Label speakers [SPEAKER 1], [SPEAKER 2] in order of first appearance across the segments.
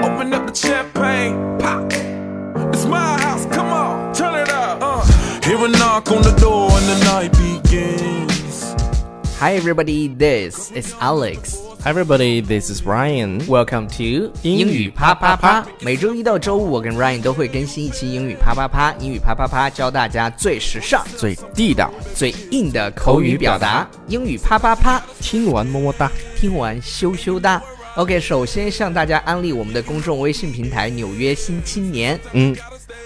[SPEAKER 1] Open up the champagne, pop. It's my house, come on, turn it up. Uh. Hear a knock on the door and the night begins.
[SPEAKER 2] Hi everybody, this is Alex.
[SPEAKER 3] Hi everybody, this is Ryan.
[SPEAKER 2] Welcome to
[SPEAKER 3] 英语啪啪啪。
[SPEAKER 2] 每周一到周五，我跟 Ryan 都会更新一期英语啪啪啪。英语啪啪啪教大家最时尚、
[SPEAKER 3] 最地道，
[SPEAKER 2] 最硬的口语表达。英语啪啪啪，
[SPEAKER 3] 听完么么哒。
[SPEAKER 2] 听完羞羞哒。OK，首先向大家安利我们的公众微信平台《纽约新青年》。
[SPEAKER 3] 嗯，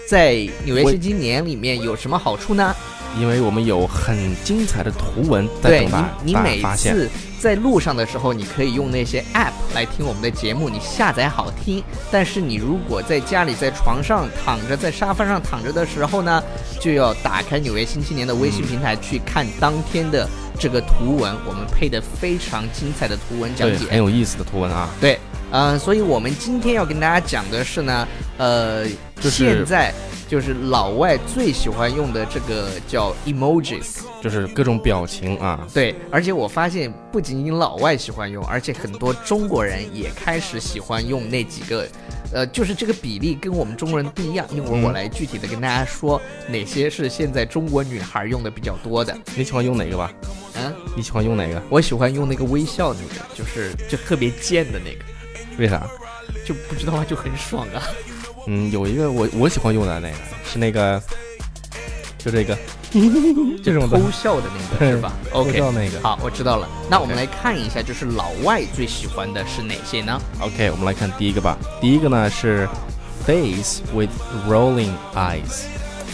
[SPEAKER 2] 在《纽约
[SPEAKER 3] 我
[SPEAKER 2] 新青年》里面有什么好处呢？
[SPEAKER 3] 因为我们有很精彩的图文在
[SPEAKER 2] 对
[SPEAKER 3] 等大
[SPEAKER 2] 你，你
[SPEAKER 3] 大家
[SPEAKER 2] 每
[SPEAKER 3] 发现。
[SPEAKER 2] 次在路上的时候，你可以用那些 app 来听我们的节目，你下载好听。但是你如果在家里、在床上躺着、在沙发上躺着的时候呢，就要打开《纽约新青年》的微信
[SPEAKER 3] 嗯
[SPEAKER 2] 平台去看当天的这个图文，我们配的非常精彩的图文讲
[SPEAKER 3] 对，
[SPEAKER 2] 解
[SPEAKER 3] 很。有意思的图文啊。
[SPEAKER 2] 对，呃，所以我们今天要跟大家讲的是呢，呃，
[SPEAKER 3] 就是
[SPEAKER 2] 现在就是老外最喜欢用的这个叫 emojis。
[SPEAKER 3] 就是各种表情啊，
[SPEAKER 2] 对，而且我发现不仅仅老外喜欢用，而且很多中国人也开始喜欢用那几个，呃，就是这个比例跟我们中国人不一样。一会儿我
[SPEAKER 3] 嗯
[SPEAKER 2] 来具体的跟大家说哪些是现在中国女孩用的比较多的。
[SPEAKER 3] 你喜欢用哪个吧？
[SPEAKER 2] 嗯，
[SPEAKER 3] 你喜欢用哪个？
[SPEAKER 2] 我喜欢用那个微笑那个，就是就特别贱的那个，
[SPEAKER 3] 为啥？
[SPEAKER 2] 就不知道啊就很爽 啊。
[SPEAKER 3] 嗯，有一个我我喜欢用的那个是那个，就 这个，这种的
[SPEAKER 2] 偷笑的那个是吧
[SPEAKER 3] 不知
[SPEAKER 2] ？OK，
[SPEAKER 3] 道那个。
[SPEAKER 2] 好，我知道了。那我们
[SPEAKER 3] OK
[SPEAKER 2] 来看一下，就是老外最喜欢的是哪些呢？
[SPEAKER 3] OK，我们来看第一个吧。第一个呢是 face with rolling eyes。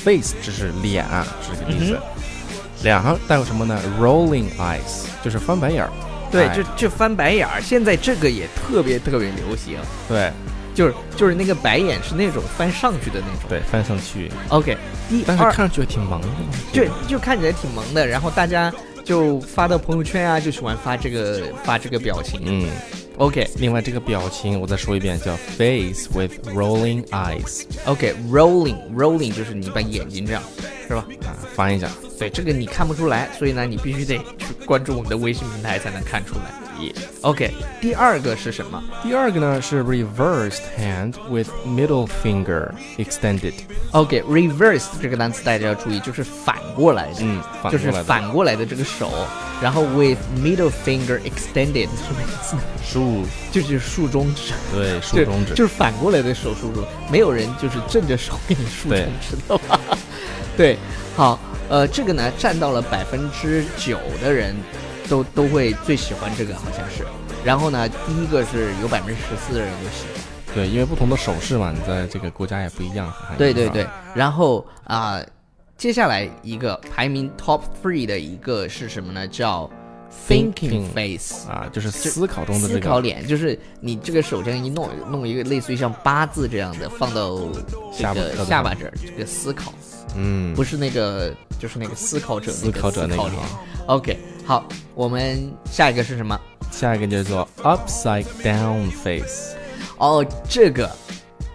[SPEAKER 3] face 这是脸啊，这是个意思。脸上带有什么呢？rolling eyes 就是翻白眼儿。
[SPEAKER 2] 对，
[SPEAKER 3] 哎
[SPEAKER 2] 就就翻白眼儿，现在这个也特别特别流行，
[SPEAKER 3] 对
[SPEAKER 2] 就是就是那个白眼是那种翻上去的那种。
[SPEAKER 3] 对，翻上去，
[SPEAKER 2] ，OK，第
[SPEAKER 3] 但是
[SPEAKER 2] 二
[SPEAKER 3] 看上去还挺萌的。
[SPEAKER 2] 就就看起来挺萌的，然后大家就发到朋友圈啊，就喜欢发这个发这个表情。
[SPEAKER 3] 嗯，
[SPEAKER 2] OK
[SPEAKER 3] 另外这个表情我再说一遍，叫 face with rolling eyes
[SPEAKER 2] OK，rolling、rolling 就是你把眼睛这样，是吧？
[SPEAKER 3] 啊，翻一下。
[SPEAKER 2] 对，这个你看不出来，所以呢，你必须得去关注我们的微信平台才能看出来。OK，第二个是什么
[SPEAKER 3] 第二个呢是 reversed hand with middle finger extended，
[SPEAKER 2] ？OK，reverse、这个单词大家要注意，就是反过来的。
[SPEAKER 3] 嗯，反
[SPEAKER 2] 就
[SPEAKER 3] 过
[SPEAKER 2] 是
[SPEAKER 3] 来的
[SPEAKER 2] 反过来的这个手，然后 with middle finger extended，
[SPEAKER 3] 竖，
[SPEAKER 2] 就是竖中指，
[SPEAKER 3] 对，竖中指
[SPEAKER 2] 就，是反过来的手竖中，没有人就是正着手给你竖中
[SPEAKER 3] 对
[SPEAKER 2] 指的吧？ 对，好，呃，这个呢占到了百分之九的人都都会最喜欢这个，好像是。然后呢，第一个是有百分之十四的人就喜欢，
[SPEAKER 3] 对，因为不同的手势嘛，你在这个国家也不一样。含义
[SPEAKER 2] 对对
[SPEAKER 3] 上
[SPEAKER 2] 对，，然后啊、接下来一个排名 top three 的一个是什么呢？叫 thinking
[SPEAKER 3] Thinking
[SPEAKER 2] face。
[SPEAKER 3] 啊，就是思考中的这
[SPEAKER 2] 思考
[SPEAKER 3] 个
[SPEAKER 2] 脸，就是你这个手这样一弄，弄一个类似于像八字这样的，放到这
[SPEAKER 3] 下巴
[SPEAKER 2] 个下巴这儿，这个思考，
[SPEAKER 3] 嗯，
[SPEAKER 2] 不是那个，就是那个思考者那
[SPEAKER 3] 思
[SPEAKER 2] 个
[SPEAKER 3] 考者那个
[SPEAKER 2] 思考脸。
[SPEAKER 3] 哈。
[SPEAKER 2] OK，好，我们下一个是什么？
[SPEAKER 3] 下一个叫做 upside down face，
[SPEAKER 2] 哦，这个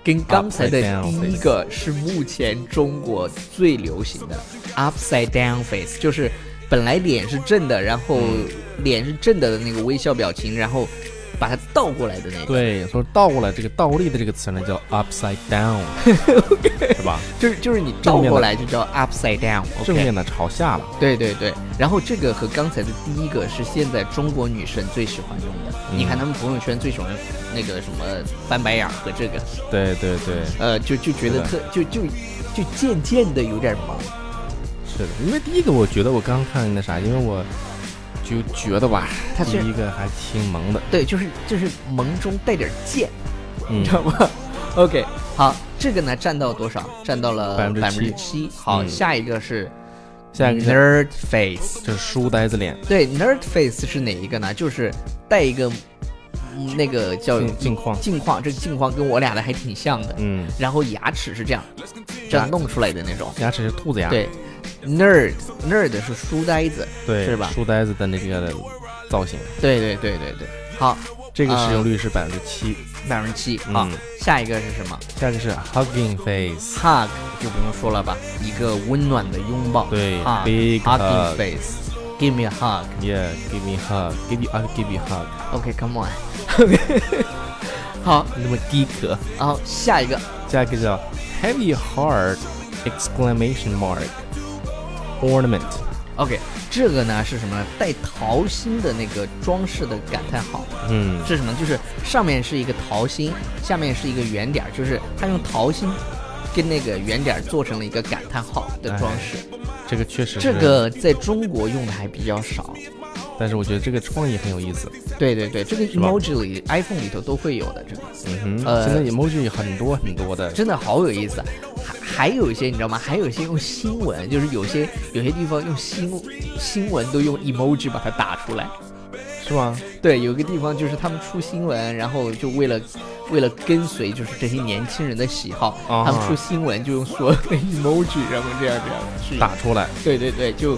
[SPEAKER 2] 跟刚才的
[SPEAKER 3] Upside down
[SPEAKER 2] 第一个是目前中国最流行的 upside down face，就是本来脸是正的，然后
[SPEAKER 3] 嗯
[SPEAKER 2] 脸是正的的那个微笑表情，然后把它倒过来的那个。
[SPEAKER 3] 对，说倒过来这个倒立的这个词呢叫 upside down，是吧？
[SPEAKER 2] 就是就是你
[SPEAKER 3] 正
[SPEAKER 2] 倒
[SPEAKER 3] 面的
[SPEAKER 2] 过来就叫 upside down，OK，
[SPEAKER 3] 正面呢朝下了，
[SPEAKER 2] 对对对。然后这个和刚才的第一个是现在中国女生最喜欢用的，
[SPEAKER 3] 嗯
[SPEAKER 2] 你看她们朋友圈最喜欢那个什么翻白眼儿和这个，
[SPEAKER 3] 对对对，
[SPEAKER 2] 呃，就就觉得
[SPEAKER 3] 是
[SPEAKER 2] 特就就就渐渐的有点萌。
[SPEAKER 3] 是的，因为第一个我觉得我刚看那啥，因为我就觉得吧，
[SPEAKER 2] 它
[SPEAKER 3] 第
[SPEAKER 2] 是
[SPEAKER 3] 一个还挺 萌的，
[SPEAKER 2] 对，就是就是萌中带点贱，你
[SPEAKER 3] 嗯
[SPEAKER 2] 知，道吗？OK，好，这个呢占到多少？占到了
[SPEAKER 3] 百分
[SPEAKER 2] 百
[SPEAKER 3] 之
[SPEAKER 2] 分
[SPEAKER 3] 七
[SPEAKER 2] 之七。好，
[SPEAKER 3] 嗯
[SPEAKER 2] 下一个是
[SPEAKER 3] 下一个是
[SPEAKER 2] nerd face。
[SPEAKER 3] 就是书呆子脸，
[SPEAKER 2] 对，nerd face 是哪一个呢？就是带一个嗯那个叫
[SPEAKER 3] 镜镜框
[SPEAKER 2] 镜框，这个镜框跟我俩的还挺像的。
[SPEAKER 3] 嗯，
[SPEAKER 2] 然后牙齿是这样这样弄出来的那种。
[SPEAKER 3] 牙齿是兔子牙，
[SPEAKER 2] 对，nerd nerd 是书呆子。
[SPEAKER 3] 对，
[SPEAKER 2] 是吧
[SPEAKER 3] 书呆子的那个造型，
[SPEAKER 2] 对对对对对。好，
[SPEAKER 3] 这个
[SPEAKER 2] 啊
[SPEAKER 3] 使用率是百分之七。
[SPEAKER 2] 百分之七。好、
[SPEAKER 3] 嗯
[SPEAKER 2] 下一个是什么
[SPEAKER 3] 下一个是 hugging face，
[SPEAKER 2] ？hug 就不用说了吧，一个温暖的拥抱。
[SPEAKER 3] 对
[SPEAKER 2] hug,
[SPEAKER 3] big
[SPEAKER 2] hugging
[SPEAKER 3] hug
[SPEAKER 2] face。Give me a hug.
[SPEAKER 3] yeah，give me hug，give you I give you hug，
[SPEAKER 2] OK，come、on. 好，
[SPEAKER 3] 那么低格。
[SPEAKER 2] 然后下一个
[SPEAKER 3] 下一个叫 heavy heart exclamation mark ornament。
[SPEAKER 2] ，OK，这个呢是什么呢？带桃心的那个装饰的感叹号
[SPEAKER 3] 嗯，
[SPEAKER 2] 是什么？就是上面是一个桃心，下面是一个圆点儿，就是它用桃心跟那个圆点儿做成了一个感叹号的装饰。
[SPEAKER 3] 这个确哎实是
[SPEAKER 2] 这，个在中国用的还比较少。
[SPEAKER 3] 但是我觉得这个创意很有意思。
[SPEAKER 2] 对对对，这个
[SPEAKER 3] 吧
[SPEAKER 2] emoji 里 iPhone 里头都会有的，这个
[SPEAKER 3] 嗯哼，
[SPEAKER 2] 呃
[SPEAKER 3] 现在 emoji 有很多很多的。
[SPEAKER 2] 真的好有意思。啊还还有一些你知道吗？还有一些用新闻，就是有些有些地方用新新闻都用 emoji 把它打出来。
[SPEAKER 3] 是吗？
[SPEAKER 2] 对，有一个地方就是他们出新闻，然后就为了为了跟随就是这些年轻人的喜好，
[SPEAKER 3] 啊
[SPEAKER 2] 他们出新闻就用所有的 emoji，然后这样这样去
[SPEAKER 3] 打出来，
[SPEAKER 2] 对对对，就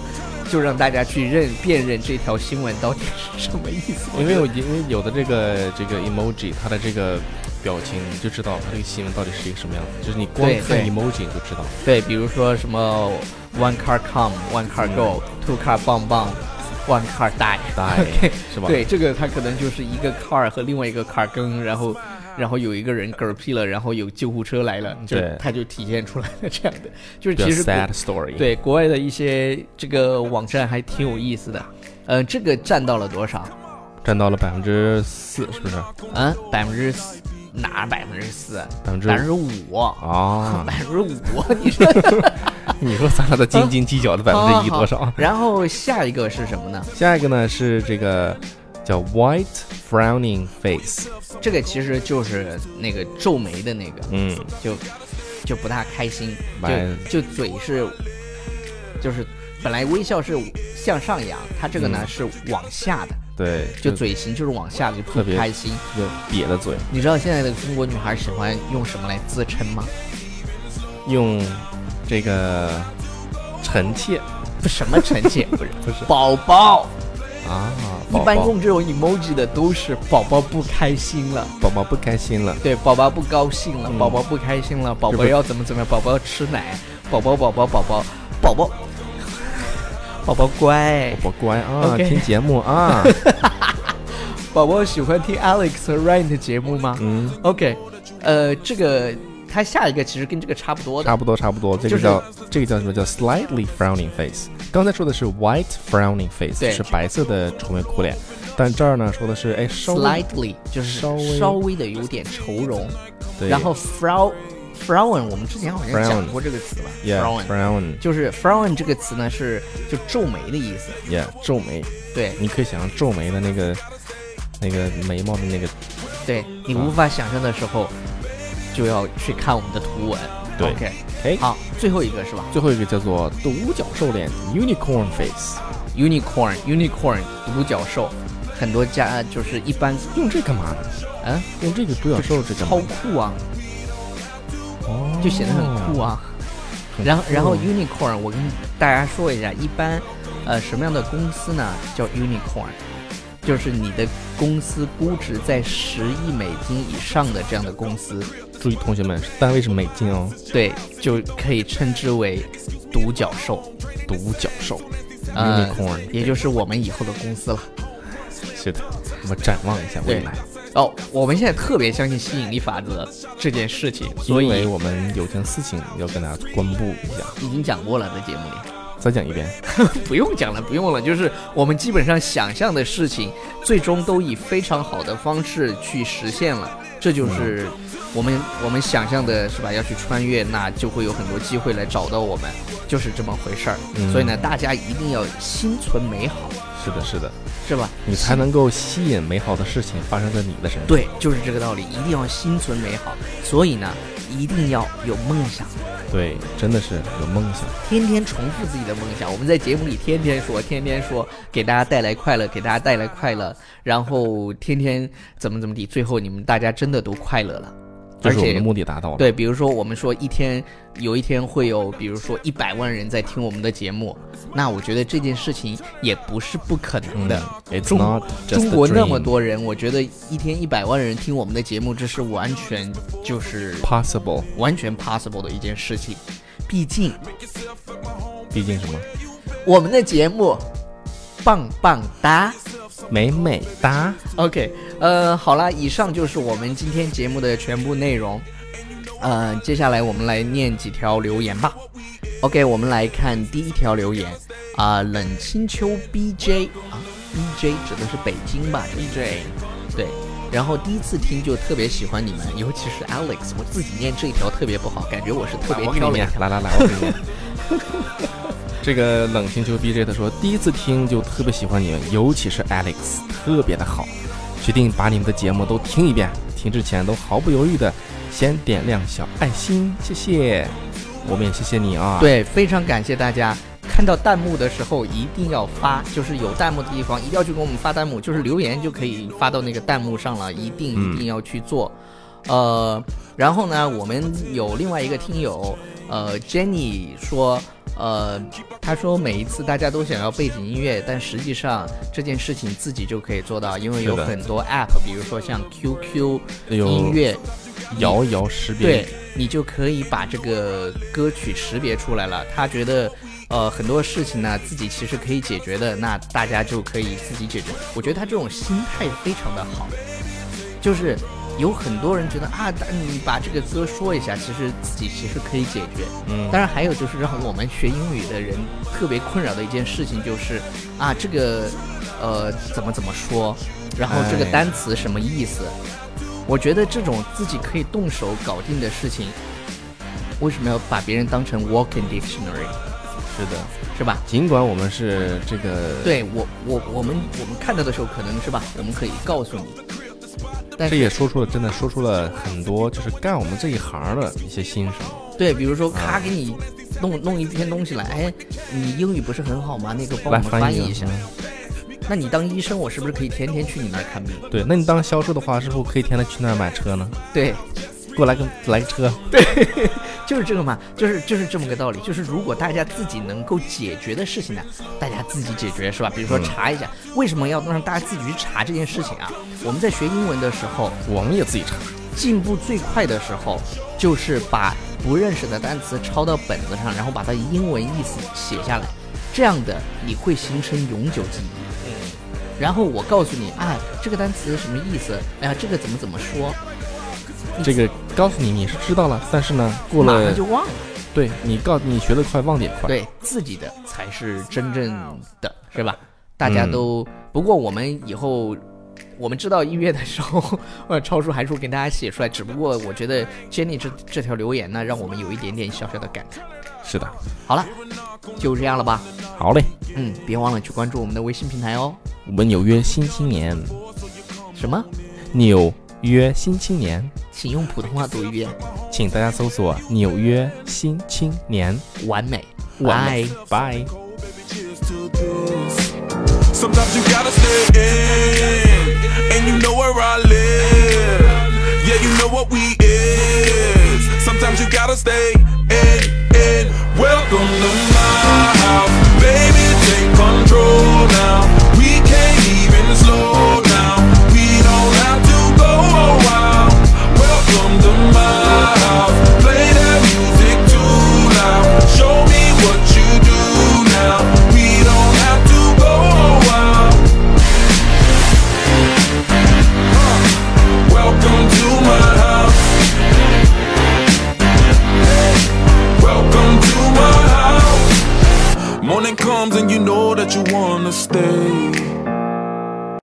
[SPEAKER 2] 就让大家去认辨认这条新闻到底是什么意思。
[SPEAKER 3] 因为有因为有的这个这个 emoji，它的这个表情，你就知道它这个新闻到底是一个什么样子。就是你光
[SPEAKER 2] 对
[SPEAKER 3] 看
[SPEAKER 2] 对
[SPEAKER 3] emoji 你就知道。
[SPEAKER 2] 对，比如说什么 one car come, one car go, two car 棒棒，one car die。
[SPEAKER 3] 对，是 吧？
[SPEAKER 2] 对，，这个它可能就是一个 car 和另外一个 car 跟，然后，
[SPEAKER 3] 嗯
[SPEAKER 2] 然后有一个人嗝屁了，然后有救护车来了，就
[SPEAKER 3] 对
[SPEAKER 2] 它就体现出来了这样的，就是
[SPEAKER 3] 比较
[SPEAKER 2] 其实
[SPEAKER 3] sad
[SPEAKER 2] 国
[SPEAKER 3] story。，
[SPEAKER 2] 对国外的一些这个网站还挺有意思的。呃，这个占到了多少？
[SPEAKER 3] 占到了百分之四，是不是？
[SPEAKER 2] 嗯，百分之哪百分之四？
[SPEAKER 3] 百分之
[SPEAKER 2] 百分之五。
[SPEAKER 3] 啊！
[SPEAKER 2] 百分之五， 你说
[SPEAKER 3] 你说咱俩的斤斤计较的百分之一 多少？
[SPEAKER 2] 哦然后下一个是什么呢？
[SPEAKER 3] 下一个呢是这个叫 white frowning face，
[SPEAKER 2] 这个其实就是那个皱眉的那个，
[SPEAKER 3] 嗯，
[SPEAKER 2] 就就不大开心，
[SPEAKER 3] 蛮
[SPEAKER 2] 就就嘴是就是本来微笑是向上扬，它这个呢、
[SPEAKER 3] 嗯
[SPEAKER 2] 是往下的，
[SPEAKER 3] 对，
[SPEAKER 2] 就嘴型就是往下的，就不
[SPEAKER 3] 特别
[SPEAKER 2] 开心。
[SPEAKER 3] 就瘪的嘴，
[SPEAKER 2] 你知道现在的中国女孩喜欢用什么来自称 吗？
[SPEAKER 3] 用这个臣妾啊
[SPEAKER 2] 不什么臣妾，不是
[SPEAKER 3] 不是
[SPEAKER 2] 宝宝。
[SPEAKER 3] 啊，
[SPEAKER 2] 一
[SPEAKER 3] 宝
[SPEAKER 2] 般
[SPEAKER 3] 宝
[SPEAKER 2] 用这种 emoji 的都是宝宝不开心了，
[SPEAKER 3] 宝宝不开心了，
[SPEAKER 2] 对，宝宝不高兴了，
[SPEAKER 3] 嗯
[SPEAKER 2] 宝宝不开心了，宝
[SPEAKER 3] 是
[SPEAKER 2] 宝
[SPEAKER 3] 不是
[SPEAKER 2] 要怎么怎么样，宝宝要吃奶，宝宝宝宝宝宝宝 宝宝宝乖，
[SPEAKER 3] 宝宝乖啊，
[SPEAKER 2] OK
[SPEAKER 3] 听节目 啊，
[SPEAKER 2] 宝宝喜欢听 Alex 和 Ryan 的节目吗、
[SPEAKER 3] 嗯，
[SPEAKER 2] o k 呃，这个它下一个其实跟这个差不多的，
[SPEAKER 3] 差不多差不多，这
[SPEAKER 2] 就
[SPEAKER 3] 个
[SPEAKER 2] 是
[SPEAKER 3] 叫这个叫什么叫 slightly frowning face，刚才说的是 white frowning face，
[SPEAKER 2] 对
[SPEAKER 3] 是白色的愁眉苦脸，但这儿呢说的是哎稍微
[SPEAKER 2] slightly 就是
[SPEAKER 3] 稍微
[SPEAKER 2] 稍微的有点愁容，
[SPEAKER 3] 对
[SPEAKER 2] 然后 frown frown 我们之前好像
[SPEAKER 3] Frown
[SPEAKER 2] 讲过这个词吧
[SPEAKER 3] yeah
[SPEAKER 2] frown
[SPEAKER 3] frown
[SPEAKER 2] 就是 frown 这个词呢是就皱眉的意思，
[SPEAKER 3] yeah 皱眉，
[SPEAKER 2] 对
[SPEAKER 3] 你可以想象皱眉的那个那个眉毛的那个
[SPEAKER 2] 对，
[SPEAKER 3] 嗯
[SPEAKER 2] 你无法想象的时候就要去看我们的图文。
[SPEAKER 3] 对
[SPEAKER 2] OK，
[SPEAKER 3] 哎，
[SPEAKER 2] 好，最后一个是吧
[SPEAKER 3] 最后一个叫做独角兽脸 unicorn face，
[SPEAKER 2] ？Unicorn Unicorn 独角兽，很多家就是一般
[SPEAKER 3] 用这干嘛呢？
[SPEAKER 2] 嗯。
[SPEAKER 3] 用这个独角兽这干嘛
[SPEAKER 2] 超？酷啊，
[SPEAKER 3] 哦
[SPEAKER 2] 就显得很酷，啊。然后，然后 unicorn，我跟大家说一下，一般，呃，什么样的公司呢？叫 unicorn，就是你的公司估值在十亿美金以上的这样的公司，
[SPEAKER 3] 注意同学们，单位是美金哦，
[SPEAKER 2] 对，就可以称之为独角兽，
[SPEAKER 3] 独角兽
[SPEAKER 2] 呃
[SPEAKER 3] unicorn，
[SPEAKER 2] 也就是我们以后的公司了。
[SPEAKER 3] 是的，我们展望一下未
[SPEAKER 2] 对
[SPEAKER 3] 来，
[SPEAKER 2] 哦，我们现在特别相信吸引力法则这件事情，所
[SPEAKER 3] 因为
[SPEAKER 2] 以
[SPEAKER 3] 我们有件事情要跟大家公布一下，
[SPEAKER 2] 已经讲过了在节目里。
[SPEAKER 3] 再讲一遍，
[SPEAKER 2] 不用讲了，不用了，就是我们基本上想象的事情，最终都以非常好的方式去实现了。这就是
[SPEAKER 3] 嗯
[SPEAKER 2] 我们我们想象的是吧？要去穿越，那就会有很多机会来找到我们，就是这么回事儿。
[SPEAKER 3] 嗯
[SPEAKER 2] 所以呢，大家一定要心存美好，
[SPEAKER 3] 是的，是的，
[SPEAKER 2] 是吧？
[SPEAKER 3] 你才能够吸引美好的事情发生在你的身上，
[SPEAKER 2] 对，就是这个道理，一定要心存美好。所以呢，一定要有梦想，
[SPEAKER 3] 对，真的是有梦想，
[SPEAKER 2] 天天重复自己的梦想。我们在节目里天天说，天天说，给大家带来快乐，给大家带来快乐，然后天天怎么怎么地，最后你们大家真的都快乐了。
[SPEAKER 3] 这
[SPEAKER 2] 而
[SPEAKER 3] 是我们的
[SPEAKER 2] 且
[SPEAKER 3] 目的达到了，
[SPEAKER 2] 对，比如说我们说一天有一天会有，比如说一百万人在听我们的节目，那我觉得这件事情也不是不可能的。
[SPEAKER 3] 嗯，It's
[SPEAKER 2] 中
[SPEAKER 3] not just a
[SPEAKER 2] 中国那么
[SPEAKER 3] dream
[SPEAKER 2] 多人，我觉得一天一百万人听我们的节目，这是完全就是。
[SPEAKER 3] possible，
[SPEAKER 2] 完全 possible 的一件事情。毕竟
[SPEAKER 3] 毕竟什么？
[SPEAKER 2] 我们的节目棒棒哒。
[SPEAKER 3] 美美哒。
[SPEAKER 2] OK，呃，好啦，以上就是我们今天节目的全部内容。呃，接下来我们来念几条留言吧。OK，我们来看第一条留言啊、冷清秋 BJ 啊，BJ 指的是北京吧这
[SPEAKER 3] DJ
[SPEAKER 2] 对，然后第一次听就特别喜欢你们，尤其是 Alex，我自己念这一条特别不好，感觉我是特别
[SPEAKER 3] 我给
[SPEAKER 2] 挑了
[SPEAKER 3] 你
[SPEAKER 2] 一
[SPEAKER 3] 念，
[SPEAKER 2] 条。
[SPEAKER 3] 来来来，我给你念。 这个冷清秋 BJ 他说，第一次听就特别喜欢你们，尤其是 Alex，特别的好，决定把你们的节目都听一遍。听之前都毫不犹豫的先点亮小爱心，谢谢。我们也谢谢你啊。，
[SPEAKER 2] 对，非常感谢大家。看到弹幕的时候一定要发，就是有弹幕的地方一定要去给我们发弹幕，就是留言就可以发到那个弹幕上了，一定
[SPEAKER 3] 嗯
[SPEAKER 2] 一定要去做。呃，然后呢，我们有另外一个听友，呃，Jenny 说，呃，他说每一次大家都想要背景音乐，但实际上这件事情自己就可以做到，因为有
[SPEAKER 3] 是的
[SPEAKER 2] 很多 app，比如说像 QQ
[SPEAKER 3] 有
[SPEAKER 2] 音乐，
[SPEAKER 3] 摇一摇识别
[SPEAKER 2] 对，你就可以把这个歌曲识别出来了。他觉得，呃，很多事情呢自己其实可以解决的，那大家就可以自己解决。我觉得他这种心态非常的好，就是有很多人觉得啊，但你把这个歌说一下，其实自己其实可以解决。
[SPEAKER 3] 嗯
[SPEAKER 2] 当然还有就是让我们学英语的人特别困扰的一件事情就是啊，这个呃怎么怎么说，然后这个
[SPEAKER 3] 哎
[SPEAKER 2] 单词什么意思？我觉得这种自己可以动手搞定的事情，为什么要把别人当成 walking dictionary，
[SPEAKER 3] 是的。
[SPEAKER 2] 是吧？
[SPEAKER 3] 尽管我们是这个
[SPEAKER 2] 对我我我们我们看到的时候可能是吧，我们可以告诉你，但
[SPEAKER 3] 这
[SPEAKER 2] 是
[SPEAKER 3] 也说出了，真的说出了很多，就是干我们这一行的一些心声。
[SPEAKER 2] 对，比如说咔给你弄弄一篇东西来，哎，你英语不是很好吗？那个帮我
[SPEAKER 3] 来
[SPEAKER 2] 们翻
[SPEAKER 3] 翻
[SPEAKER 2] 译
[SPEAKER 3] 译啊嗯
[SPEAKER 2] 一下。那你当医生，我是不是可以天天去你那儿看病？
[SPEAKER 3] 对，那你当销售的话，是不是可以天天去那儿买车呢？
[SPEAKER 2] 对，
[SPEAKER 3] 给我来个来个车。
[SPEAKER 2] 就是这个嘛，就是就是这么个道理。就是如果大家自己能够解决的事情呢，大家自己解决是吧？比如说
[SPEAKER 3] 嗯
[SPEAKER 2] 查一下，为什么要让大家自己去查这件事情啊？我们在学英文的时候，
[SPEAKER 3] 我们也自己查。
[SPEAKER 2] 进步最快的时候，就是把不认识的单词抄到本子上，然后把它英文意思写下来，这样的你会形成永久记忆。
[SPEAKER 3] 嗯
[SPEAKER 2] 然后我告诉你啊，这个单词什么意思？哎呀，这个怎么怎么说？
[SPEAKER 3] 这个告诉你，你是知道了，但是呢，过
[SPEAKER 2] 马
[SPEAKER 3] 了
[SPEAKER 2] 上就忘了。
[SPEAKER 3] 对你告你学得快，忘得也快。，
[SPEAKER 2] 对自己的才是真正的，是
[SPEAKER 3] 嗯
[SPEAKER 2] 吧？大家都、不过我们以后。我们知道一月的时候， 呃，超出函数给大家写出来。只不过我觉得 Jenny 这这条留言呢，让我们有一点点小小的感慨。
[SPEAKER 3] 是的。
[SPEAKER 2] 好了，就这样了吧。
[SPEAKER 3] 好嘞，
[SPEAKER 2] 嗯，别忘了去关注我们的微信平台哦。
[SPEAKER 3] 我们纽约新青年，
[SPEAKER 2] 什么？
[SPEAKER 3] 纽约新青年，
[SPEAKER 2] 请用普通话读一遍。
[SPEAKER 3] 请大家搜索纽约新青年。
[SPEAKER 2] 完美，
[SPEAKER 3] 完美拜。
[SPEAKER 1] Cheers to this. Sometimes you gotta stay in, and you know where I live. Yeah, you know what we is. Sometimes you gotta stay in, in. Welcome to my house, baby. Take control now. We can't even slow down. We don't have to go around. Welcome to my house. Play that music too loud. Show me what you do now. We don't have to go around. Huh. Welcome to my house. Welcome to my house. Morning comes and you know that you wanna stay.